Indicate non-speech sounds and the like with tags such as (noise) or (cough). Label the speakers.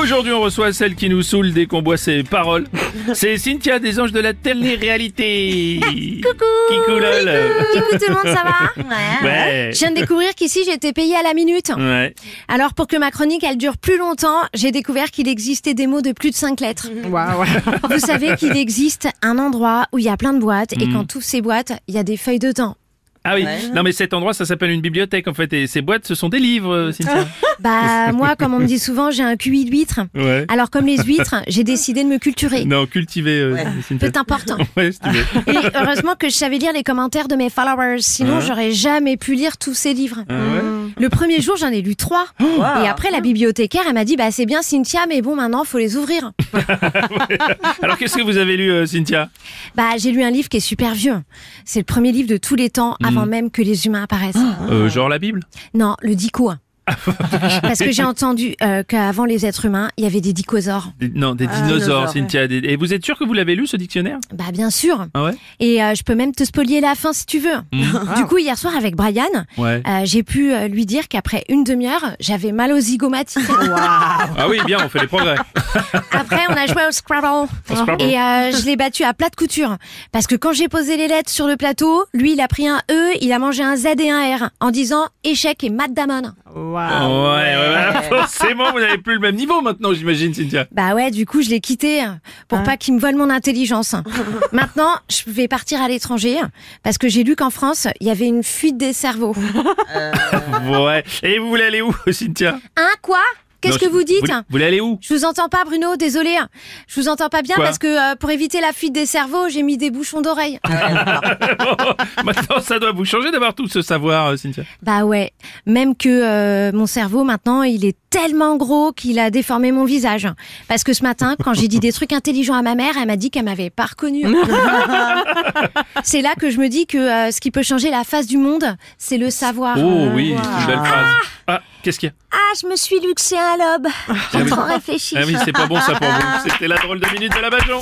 Speaker 1: Aujourd'hui, on reçoit celle qui nous saoule dès qu'on boit ses (laughs) paroles. C'est Cynthia des Anges de la (laughs) télé-réalité.
Speaker 2: Coucou
Speaker 1: Qui coulole. (laughs)
Speaker 2: Coucou tout le monde, ça va
Speaker 1: Ouais. ouais. Mm.
Speaker 2: Je viens de découvrir qu'ici j'étais payée à la minute.
Speaker 1: Ouais.
Speaker 2: Alors pour que ma chronique elle dure plus longtemps, j'ai découvert qu'il existait des mots de plus de 5 lettres. (laughs) Vous savez qu'il existe un endroit où il y a plein de boîtes
Speaker 1: Mm.
Speaker 2: et quand toutes ces boîtes, il y a des feuilles dedans.
Speaker 1: Ah oui. Non, mais cet endroit, ça s'appelle une bibliothèque, en fait. Et ces boîtes, ce sont des livres, euh, Cynthia.
Speaker 2: Bah moi, comme on me dit souvent, j'ai un QI d'huître.
Speaker 1: (laughs) Ouais.
Speaker 2: Alors comme les huîtres, j'ai décidé de me culturer.
Speaker 1: Ah. Non, cultiver, euh, Cynthia.
Speaker 2: C'est important.
Speaker 1: (laughs) Ouais, si tu veux.
Speaker 2: Et heureusement que je savais lire les commentaires de mes followers,
Speaker 1: Hein.
Speaker 2: sinon j'aurais jamais pu lire tous ces livres.
Speaker 1: Ah (laughs)
Speaker 2: Le premier jour, j'en ai lu trois. Et après, la bibliothécaire, elle m'a dit, bah c'est bien Cynthia, mais bon, maintenant, faut les ouvrir.
Speaker 1: Alors, qu'est-ce que vous avez lu, euh, Cynthia
Speaker 2: Bah j'ai lu un livre qui est super vieux. C'est le premier livre de tous les temps, avant même que les humains apparaissent.
Speaker 1: Euh, Genre la Bible
Speaker 2: Non, le dico. hein. Parce que j'ai entendu euh, qu'avant les êtres humains, il y avait des dicosaures.
Speaker 1: Des- Non, des Ah, dinosaures, Cynthia. des- Et vous êtes sûr que vous l'avez lu, ce dictionnaire
Speaker 2: Bah bien sûr.
Speaker 1: Ah ouais
Speaker 2: Et euh, je peux même te spolier la fin si tu veux.
Speaker 1: Hmm.
Speaker 2: Du coup, hier soir avec Brian,
Speaker 1: (laughs) Ouais.
Speaker 2: euh, j'ai pu euh, lui dire qu'après une demi-heure, j'avais mal aux zygomatiques.
Speaker 1: Ah oui, bien, on fait les progrès.
Speaker 2: Après, on a joué au Scrabble.
Speaker 1: Scrabble.
Speaker 2: Et euh, je l'ai battu à plat de couture. Parce que quand j'ai posé les lettres sur le plateau, lui, il a pris un E, il a mangé un Z et un R en disant échec et Matt Damon.
Speaker 1: Ouais, ouais, Ah ouais. (laughs) Forcément, vous n'avez plus le même niveau maintenant, j'imagine, Cynthia.
Speaker 2: Bah ouais, du coup, je l'ai quitté euh, pour pas qu'il me vole mon intelligence. Maintenant, je vais partir à l'étranger parce que j'ai lu qu'en France, il y avait une fuite des cerveaux.
Speaker 1: Ouais. Et vous voulez aller où, (laughs) Cynthia
Speaker 2: Hein, quoi Qu'est-ce
Speaker 1: Non,
Speaker 2: que
Speaker 1: je-
Speaker 2: vous dites
Speaker 1: Vous vous voulez aller où (laughs)
Speaker 2: Je vous entends pas, Bruno, désolé. Je vous entends pas bien
Speaker 1: Quoi
Speaker 2: parce que euh, pour éviter la fuite des cerveaux, j'ai mis des bouchons d'oreilles.
Speaker 1: Oh, Maintenant, ça doit vous changer d'avoir tout ce savoir, euh, Cynthia.
Speaker 2: Bah ouais, même que euh, mon cerveau maintenant, il est tellement gros qu'il a déformé mon visage. Parce que ce matin, quand j'ai dit des trucs intelligents à ma mère, elle m'a dit qu'elle m'avait pas reconnue. c'est là que je me dis que euh, ce qui peut changer la face du monde, c'est le savoir.
Speaker 1: Oh oui, c'est une belle phrase. Ah, qu'est-ce qu'il y a
Speaker 2: Ah, je me suis luxé un lobe.
Speaker 1: Ah oui.
Speaker 2: J'entends réfléchir. (laughs)
Speaker 1: Ah oui, c'est pas bon ça pour vous. C'était la drôle de minute de la Bajon.